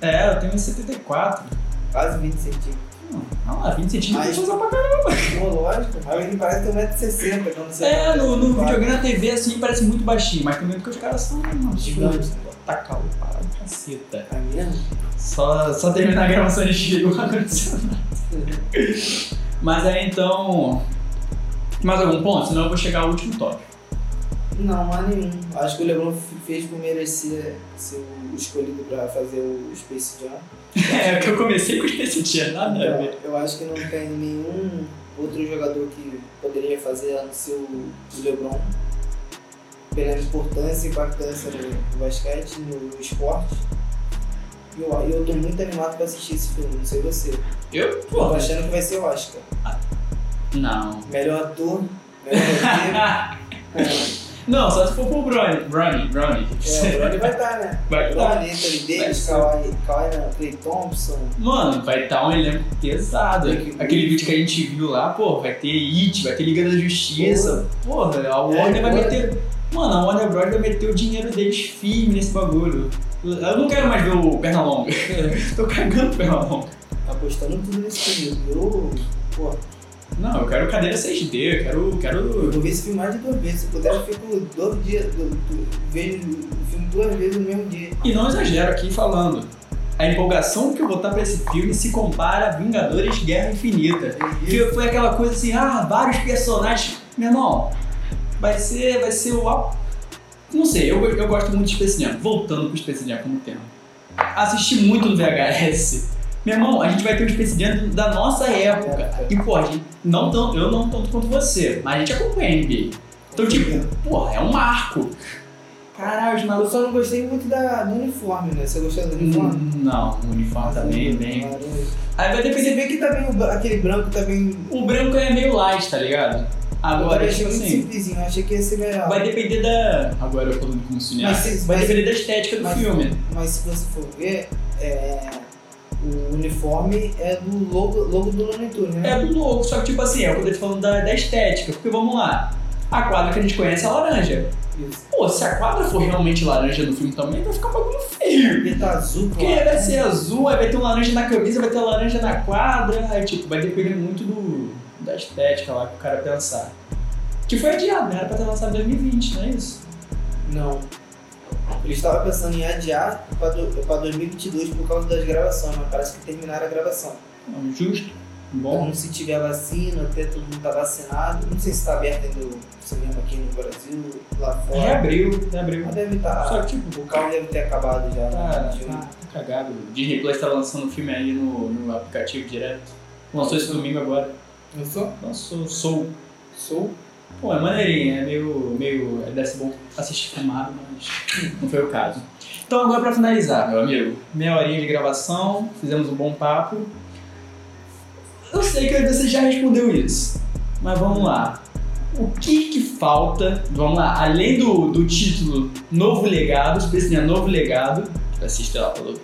B: é, eu tenho 74.
A: quase 20 centímetros.
B: Hum, Não, lá, 20 centímetros
A: Mas-
B: eu sou pra caramba.
A: Pô, lógico. Aí ele parece ter 1,60m quando você. tá
B: É, no, no
A: Quase.
B: videogame na TV assim parece muito baixinho, mas também porque os caras são gigantes. Tá calmo, para caceta.
A: Tá mesmo?
B: Só, só terminar a gravação de chega o ar-condicionado. Mas aí então. Mais algum ponto? Senão eu vou chegar ao último tópico.
A: Não, mais nenhum. Acho que o Lebron f- fez por merecer ser o escolhido pra fazer o Space Jam.
B: É, que eu comecei com esse dia, nada a ver.
A: Então, eu acho que não tem nenhum outro jogador que poderia fazer a não ser o o LeBron. Pela importância e impactância no, no basquete, no, no esporte. E eu, eu tô muito animado pra assistir esse filme, não sei você.
B: Eu?
A: Eu tô
B: Pô,
A: achando que vai ser o Oscar.
B: não.
A: Melhor ator, melhor roteiro.
B: não, só se for pro Brony. Brony, Brony.
A: é, o Brony vai estar, né?
B: Vai
A: O
B: tá.
A: Brony, Anthony Davis,
B: Vai
A: Kawhi, Kawhi não, Clay Thompson.
B: Mano, vai estar um elenco pesado. Aquele vídeo que a gente viu lá, pô, vai ter It, vai ter Liga da Justiça. Porra, a Warner vai
A: agora-
B: meter. Mano, a Warner Bros. vai meter o dinheiro deles firme nesse bagulho. Eu não quero mais ver o Pernalonga. Tô cagando pro Pernalonga.
A: tá Apostando tudo nesse filme. Eu, pô,
B: Não, eu quero cadeira 6D, eu quero.
A: Eu
B: quero...
A: vou ver esse filme mais de duas vezes. Se puder, eu fico dois dias. do- do- vejo o filme duas vezes no mesmo dia.
B: E não exagero aqui falando. A empolgação que eu vou estar pra esse filme se compara a Vingadores Guerra Infinita. Que foi aquela coisa assim, ah, vários personagens. Meu irmão, vai ser, vai ser o. au- Não sei, eu, eu gosto muito de Space Jam. Voltando pro Space Jam como tema. Assisti muito no VHS. Meu irmão, a gente vai ter um Space Jam da nossa época. E, pô, a gente, não tão, eu não tanto quanto você, mas a gente acompanha a NBA. Então, tipo, porra, é um marco. Caralho, os
A: Eu
B: malucos.
A: só não gostei muito da, do uniforme, né? Você gostou do uniforme?
B: Hum, Não, o uniforme tá meio bem. Aí vai
A: Você
B: depender.
A: vê que tá bem, o bra- aquele branco tá bem.
B: O branco é meio light, tá ligado?
A: eu
B: Agora,
A: achei
B: tipo
A: muito
B: assim.
A: simplesinho, eu achei que ia ser melhor.
B: Vai depender da. Agora eu falando como cineasta.
A: Mas se-
B: Vai
A: mas-
B: depender da estética do
A: mas-
B: filme.
A: Mas se você for ver, é, o uniforme é do logo, logo do Looney Tunes, né?
B: É do louco, só que tipo assim, é o que eu tô falando da, da estética. Porque vamos lá. A quadra que a gente conhece é laranja.
A: Isso.
B: Pô, se a quadra for realmente laranja no filme também, vai ficar um bagulho feio.
A: Ele tá azul,
B: Porque aí vai ser azul, aí vai ter um laranja na camisa, vai ter laranja na quadra. Aí tipo, vai depender muito do, da estética lá que o cara pensar. Que foi adiado, né? Era pra ter lançado em 2020, não é isso?
A: Não. Eles estavam pensando em adiar pra, do, pra 2022 por causa das gravações, mas parece que terminaram a gravação.
B: Não, justo. Bom.
A: Então, se tiver vacina, até todo mundo tá vacinado. Não sei se tá aberto ainda o cinema aqui no Brasil, lá fora.
B: Reabriu, reabriu.
A: Mas deve estar.
B: Só que tipo,
A: O carro deve ter acabado já. né?
B: Tá,
A: De-
B: tá cagado. O Disney Plus tá lançando filme aí no, no aplicativo direto. Lançou esse domingo agora.
A: Não sou?
B: Lançou Soul.
A: Sou?
B: Pô, é maneirinho, é meio. meio. É desse bom assistir filmado, mas não foi o caso. Então agora pra finalizar, meu amigo. Meia horinha de gravação, fizemos um bom papo. Eu sei que você já respondeu isso, mas vamos lá. O que que falta, vamos lá, além do, do título Novo Legado, Space Jam Novo Legado, que assiste lá pelo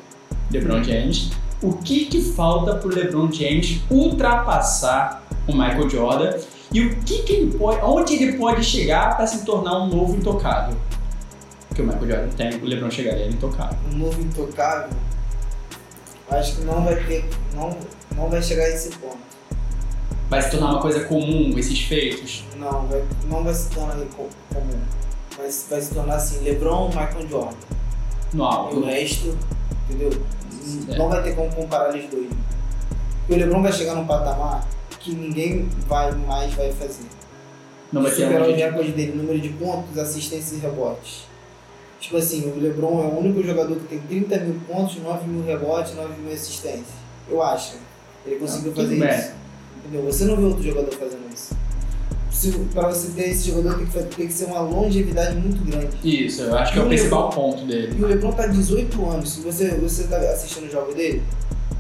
B: LeBron James, o que que falta pro LeBron James ultrapassar o Michael Jordan E o que, que ele pode. Onde ele pode chegar pra se tornar um novo intocável? Porque o Michael Jordan tem, o Lebron chegaria ele intocável.
A: um novo intocável, eu acho que não vai ter. Não, não vai chegar a esse ponto.
B: Vai se tornar uma coisa comum, esses feitos.
A: Tipo, Não, vai, não vai se tornar co- comum. Mas vai se tornar assim, Lebron, Michael Jordan. E
B: No
A: o
B: alto.
A: resto, entendeu?
B: É.
A: Não vai ter como comparar eles dois. E o Lebron vai chegar num patamar que ninguém vai mais vai fazer.
B: Não é um vai ter
A: superar
B: onde.
A: os recordes dele, número de pontos, assistências e rebotes. Tipo assim, o LeBron é o único jogador que tem 30 mil pontos, 9 mil rebotes, 9 mil assistências. Eu acho. Ele conseguiu
B: tudo
A: fazer
B: bem.
A: isso. Entendeu? Você não vê outro jogador fazendo isso. Se, pra você ter esse jogador, tem que, fa- tem que ser uma longevidade muito grande.
B: Isso, eu acho que é o
A: E o
B: principal ponto
A: E
B: dele.
A: o LeBron tá 18 anos. Se você, você tá assistindo o jogo dele,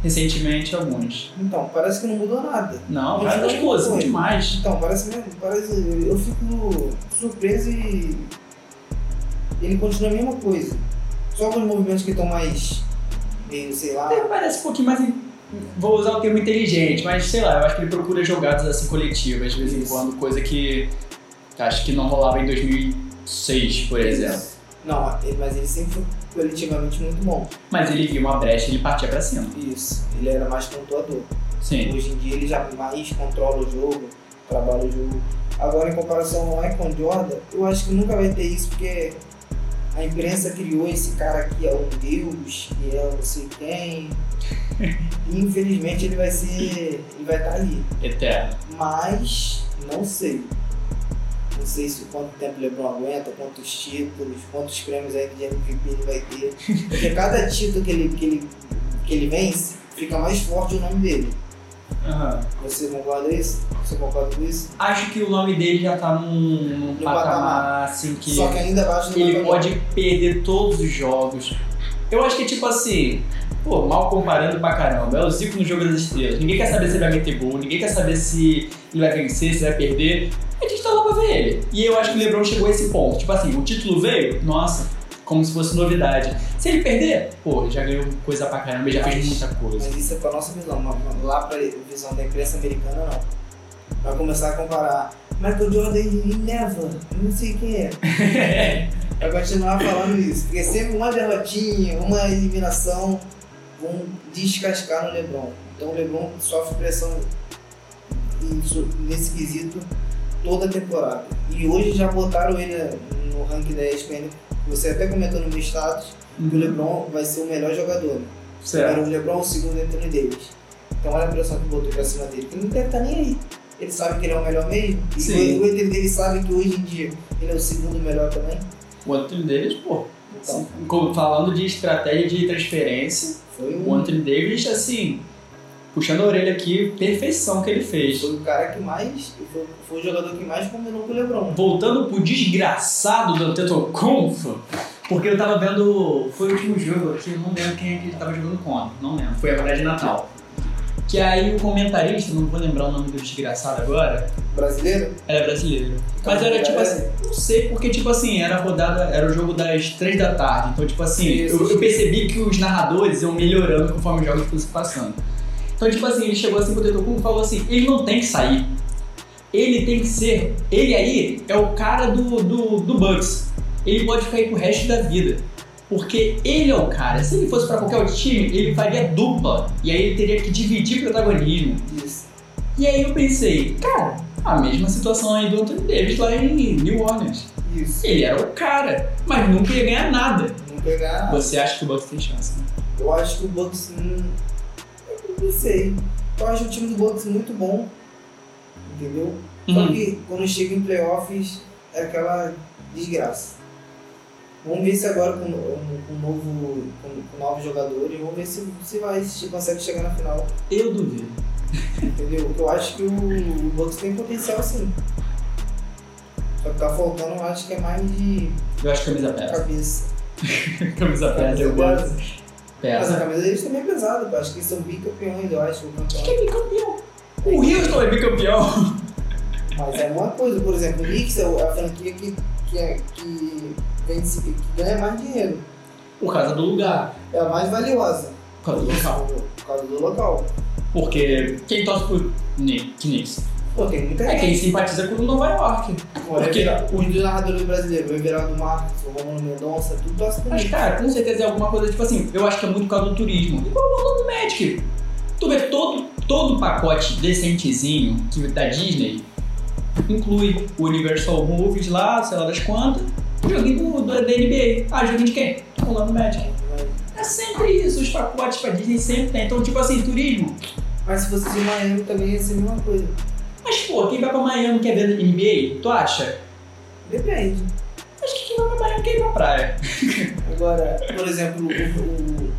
B: Recentemente, alguns.
A: então, parece que não mudou nada.
B: Não,
A: Mas
B: várias
A: não
B: das coisas,
A: foi.
B: assim, demais.
A: Então, parece mesmo. Parece, eu fico surpreso e. Ele continua a mesma coisa. Só com os movimentos que estão mais. meio, sei lá.
B: Ele parece um pouquinho mais. in- Vou usar o termo inteligente, mas sei lá, eu acho que ele procura jogadas assim coletivas, de vez em
A: Isso.
B: quando, coisa que acho que não rolava em 2006, por exemplo.
A: Não, ele- mas ele sempre foi coletivamente muito bom.
B: Mas ele viu uma brecha e ele partia pra cima.
A: Isso. Ele era mais pontuador.
B: Sim.
A: Hoje em dia ele já mais controla o jogo, trabalha o jogo. Agora, em comparação ao Michael Jordan, eu acho que nunca vai ter isso, porque a imprensa criou esse cara aqui, é um deus, que é não sei quem. E, infelizmente ele vai ser. ele vai estar ali.
B: Eterno.
A: Mas não sei. Não sei se quanto tempo o Lebron aguenta, quantos títulos, quantos prêmios aí de MVP ele vai ter. Porque cada título que ele, que ele, que ele vence, fica mais forte o nome dele. Você concorda isso? Você concorda com isso?
B: Acho que o nome dele já tá num, num
A: No
B: patamar,
A: patamar.
B: assim que.
A: Só que tá ainda abaixo do
B: ele
A: Michael
B: pode perder todos os jogos. Eu acho que, tipo assim, pô, mal comparando pra caramba, é o Zico no Jogo das Estrelas. Ninguém quer saber se ele vai meter gol, ninguém quer saber se ele vai vencer, se vai perder. A gente tá lá pra ver ele. E eu acho que o LeBron chegou a esse ponto. Tipo assim, o título veio, nossa, como se fosse novidade. Se ele perder, pô, ele já ganhou coisa pra caramba, ele já fez muita
A: Jordan.
B: coisa.
A: Mas isso é pra nossa visão, mas- mas lá pra visão da imprensa americana não. Vai começar a comparar. Michael Jordan e Neva, não sei quem é. Vai continuar falando isso. Porque sempre uma derrotinha, uma eliminação vão descascar no Lebron. Então o Lebron sofre pressão em su- nesse quesito toda a temporada. E hoje já botaram ele no ranking da ESPN. Você até comentou no meu status que o Lebron vai ser o melhor jogador. né? Primeiro
B: Certo.
A: o Lebron, é o segundo Anthony Davis. Então olha a pressão que botou pra cima dele, que não deve estar nem aí. Ele sabe que ele é o melhor mesmo. E
B: Sim.
A: o Anthony Davis sabe que hoje em dia ele é o segundo melhor também.
B: O Anthony Davis, pô,
A: Então,
B: como- falando de estratégia de transferência,
A: foi
B: O
A: um.
B: Anthony Davis, assim, puxando a orelha aqui, perfeição que ele fez.
A: Foi o cara que mais. Foi, foi o jogador que mais combinou com o Lebron.
B: Voltando pro desgraçado do Antetokounmpo, porque eu tava vendo, foi o último jogo aqui, eu não lembro quem é que ele tava jogando contra, não lembro, foi agora de Natal. Que aí o comentarista, não vou lembrar o nome do desgraçado agora,
A: Brasileiro? é,
B: era brasileiro. Mas
A: Então,
B: era tipo assim, não sei, porque tipo assim, era a rodada, era o jogo das três da tarde. Então, tipo assim,
A: Isso.
B: eu, eu percebi que os narradores iam melhorando conforme os jogos fossem passando. Então, tipo assim, ele chegou assim pro Tetocumbo e falou assim, ele não tem que sair. Ele tem que ser. Ele aí é o cara do, do, do Bucks. Ele pode ficar aí pro resto da vida. Porque ele é o cara. Se ele fosse pra qualquer outro time, ele faria dupla. E aí ele teria que dividir protagonismo.
A: Isso.
B: E aí eu pensei, cara, a mesma situação aí do Anthony Davis lá em New Orleans.
A: Isso.
B: Ele era o cara, mas nunca ia ganhar nada.
A: Não pegar.
B: Você acha que o Bucks tem chance, né?
A: Eu acho que o Bucks. hum, Eu não sei. Eu acho o time do Bucks muito bom. Entendeu?
B: Uhum. Hum.
A: Só que quando chega em playoffs é aquela desgraça. Vamos ver se agora com, com, com novo, com, com novos jogadores, vamos ver se, se vai, se consegue chegar na final.
B: Eu duvido.
A: Entendeu? Eu acho que o, o Bucks tem potencial sim. Só que tá faltando, eu acho que é mais de
B: Eu acho que camisa pesa.
A: cabeça.
B: camisa pesa, eu
A: Mas
B: gosto.
A: a
B: Pesa.
A: camisa deles também é pesada, pô. acho que eles são bicampeões, eu acho, ou
B: Quem
A: campeões.
B: que é bicampeão? O Houston é bicampeão.
A: Mas é uma coisa, por exemplo, o Knicks é a franquia que, que, é- que, vence- que ganha mais dinheiro,
B: Por causa do lugar.
A: é a mais valiosa.
B: Por causa do local.
A: Por causa do local.
B: Porque quem torce pro Knicks?
A: Pô, tem muita
B: É
A: gente.
B: quem simpatiza com o Nova York.
A: Olha,
B: Por quê?
A: Os dos narradores brasileiros, o Everaldo Marques, o Romulo Mendonça, tudo torce pra
B: Mas,
A: mim.
B: cara, com certeza é alguma coisa, tipo assim, eu acho que é muito por causa do turismo. Igual o Orlando Magic. Tu vê todo, todo pacote decentezinho que, da Disney inclui o Universal Movies lá, sei lá das quantas, o joguinho do, do, da NBA. Ah, joguinho de quem? Orlando Magic. É sempre isso, os pacotes pra Disney sempre tem. Então, tipo assim, turismo.
A: Mas se fosse de Miami também ia ser a mesma coisa.
B: Mas, pô, quem vai pra Miami quer ver NBA, tu acha?
A: Depende.
B: Acho que quem vai pra Miami quer ir pra praia.
A: Agora, por exemplo, o, o,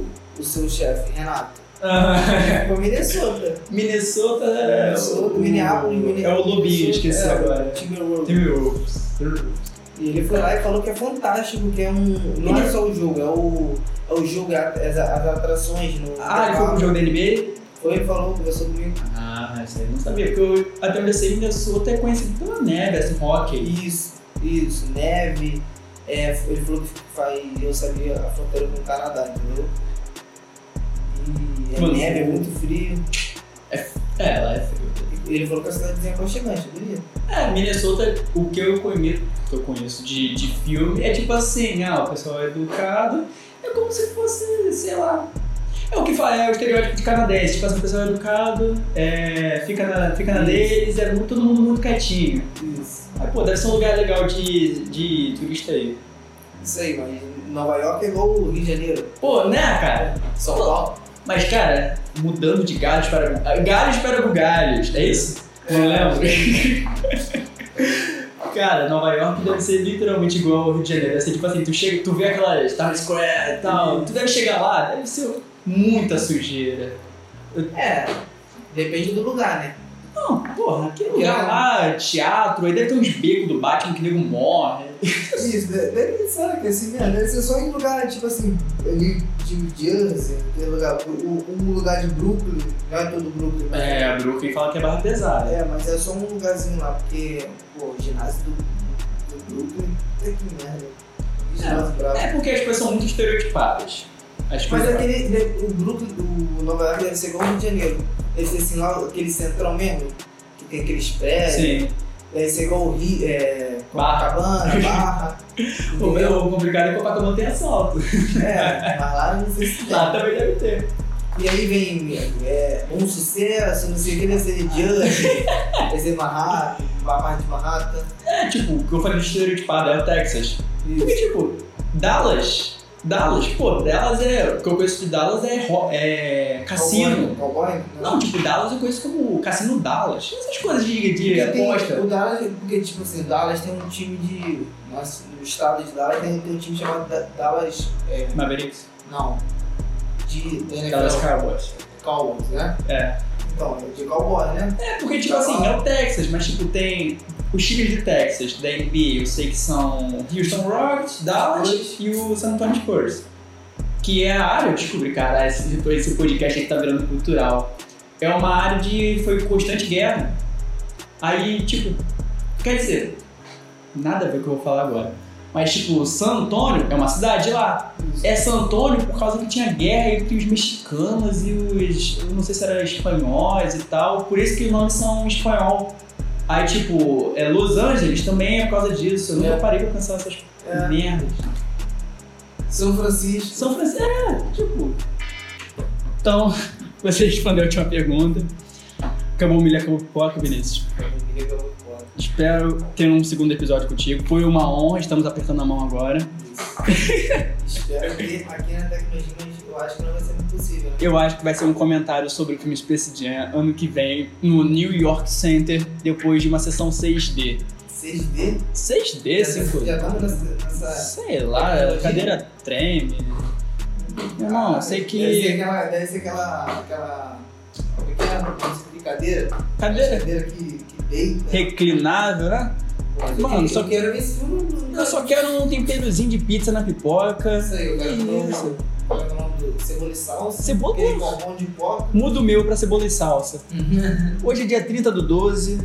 A: o, o seu chefe, Renato, É,
B: Ah,
A: foi Minnesota.
B: Minnesota é.
A: Minnesota,
B: o-
A: Minneapolis,
B: É o
A: Minnesota.
B: Lobinho, esqueci
A: É,
B: agora.
A: Timberwolves.
B: Timberwolves.
A: E ele foi lá e falou que é fantástico, que é um. Não é só o jogo, é o. É o jogo, é a- as, as atrações no.
B: Ah, ele foi pro jogo da NBA?
A: Foi e falou, conversou comigo.
B: Ah, isso aí eu não sabia, porque eu, até onde eu sei, Minnesota é conhecido pela neve, assim, hockey.
A: Isso, isso, neve. É, ele falou que faz, eu sabia a fronteira com o Canadá, entendeu? E é
B: Mano,
A: neve, é muito frio.
B: É, lá é frio.
A: E Ele falou que a cidadezinha é aconchegante, bonita.
B: É, Minnesota, o que eu conheço, que eu conheço de, de filme é tipo assim, ah, o pessoal é educado, é como se fosse, sei lá. É o que fala, é o estereótipo de canadense, tipo assim, o pessoal é educado, é, fica na, fica na deles, é muito- todo mundo muito quietinho.
A: Isso.
B: Mas, pô, deve ser um lugar legal de, de turista aí.
A: Isso aí, mas Nova York é igual o Rio de Janeiro.
B: Pô, né, cara?
A: São Paulo.
B: Mas, cara, mudando de galhos para ah, galhos para bugalhos, é isso? Não lembro. cara, Nova York deve ser literalmente igual ao Rio de Janeiro. Deve ser tipo assim, tu chega, tu vê aquela Times Square e tal, tu deve chegar lá, deve ser muita sujeira.
A: É, depende do lugar, né?
B: Não, porra, aquele lugar lá, teatro, aí deve ter uns becos do Batman que nego morre.
A: Isso, de- deve ser, que assim, né, deve ser só em lugar, tipo assim, ali de New Jersey, tem lugar, o- um lugar de Brooklyn, não é todo Brooklyn, mas
B: É, a Brooklyn fala que é barra pesada.
A: é, mas é só um lugarzinho lá, porque, pô, o ginásio do, do Brooklyn, puta que merda, que ginásio bravo.
B: É porque as coisas são muito estereotipadas. As
A: Mas é
B: coisas-
A: aquele, de- o Brooklyn, o Nova York deve ser igual o Rio de Janeiro, deve ser assim, lá, aquele central mesmo, que tem aqueles prédios,
B: Sim.
A: deve ser igual o Rio, é,
B: Barra.
A: Copacabana, Barra,
B: O,
A: entendeu?
B: o complicado é que o Copacabana tem assalto.
A: é, mas lá não sei se tem.
B: Lá também deve ter.
A: E aí vem é, um sucesso, não sei o que, deve ser Judge, deve ser Manhattan, parte de Manhattan.
B: É, tipo, o que eu falei de estereotipado é o Texas. Porque, tipo, Dallas, Dallas, pô, Dallas é. O que eu conheço de Dallas é, ro- é cassino.
A: Cowboy? né? Cowboy?
B: Não, tipo, Dallas eu conheço como Cassino Dallas. Essas coisas de, de
A: Porque tem-
B: aposta.
A: o Dallas, porque tipo assim, o Dallas tem um time de. Nossa, no estado de Dallas tem, tem um time chamado Da- Dallas. é,
B: Mavericks.
A: não. De da NFL,
B: Dallas Cowboys.
A: Cowboys, né?
B: É.
A: Então, é de Cowboy, né?
B: É, porque, tipo assim, é o Texas, mas, tipo, tem. Os times de Texas, da NBA, eu sei que são Houston Rockets, Dallas e o San Antonio Spurs. Que é a área, eu descobri, cara, esse, esse podcast aqui tá virando cultural. É uma área de. Foi constante guerra. Aí, tipo. Quer dizer, nada a ver com o que eu vou falar agora. Mas, tipo, San Antônio é uma cidade lá. É San Antônio por causa que tinha guerra entre os mexicanos e os. Eu não sei se era espanhóis e tal. Por isso que os nomes são em espanhol. Aí, tipo, é Los Angeles também é por causa disso. Eu nunca
A: É.
B: parei pra pensar nessas
A: É.
B: merdas.
A: São Francisco.
B: São Francisco. É, tipo. Então, você respondeu a última pergunta. Acabou o milha, acabou a pipoca, Vinícius.
A: Eu queria que eu fosse.
B: Espero ter um segundo episódio contigo. Foi uma honra, estamos apertando a mão agora.
A: Espero que aqui na tecnologia mas eu acho que não vai ser muito possível. né?
B: Eu acho que vai ser um comentário sobre o filme Space Jam ano que vem no New York Center, depois de uma sessão 6D.
A: 6D?
B: 6D, 5
A: Já estamos nessa. nessa...
B: assim, Sei lá, a cadeira treme. Meu irmão, eu sei
A: Deve ser
B: que.
A: aquela. Deve ser aquela. aquela... Como é que é? Não sei, Brincadeira?
B: Cadeira
A: Brincadeira que, que deita.
B: reclinável, né?
A: Pô,
B: Mano,
A: eu
B: só-
A: quero ver esse filme. no-
B: Eu só quero um temperozinho de pizza na pipoca.
A: Isso aí, eu quero
B: Que
A: falar o
B: isso?
A: nome. Qual é o nome do cebola e salsa?
B: Cebola?
A: Aquele bombom de pó.
B: Mudo o meu pra cebola e salsa. Hoje é dia 30 do 12,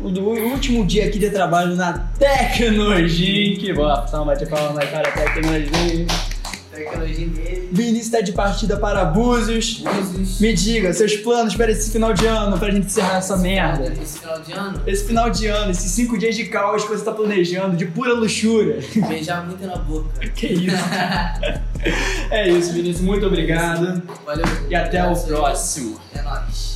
B: o do- o último dia aqui de um trabalho na Tecnogin. Que bota, uma de palma na cara, Tecnogin.
A: Tecnologia nele.
B: Vinícius tá de partida para abusos.
A: Jesus.
B: Me diga, seus planos para esse final de ano, pra gente encerrar essa merda.
A: Esse final de ano,
B: Esse final de ano, esses cinco dias de caos que você tá planejando, de pura luxúria.
A: beijar muito na boca.
B: Que isso. é isso, Vinícius. Muito obrigado.
A: Valeu.
B: E até o
A: Abraço.
B: próximo.
A: É nóis.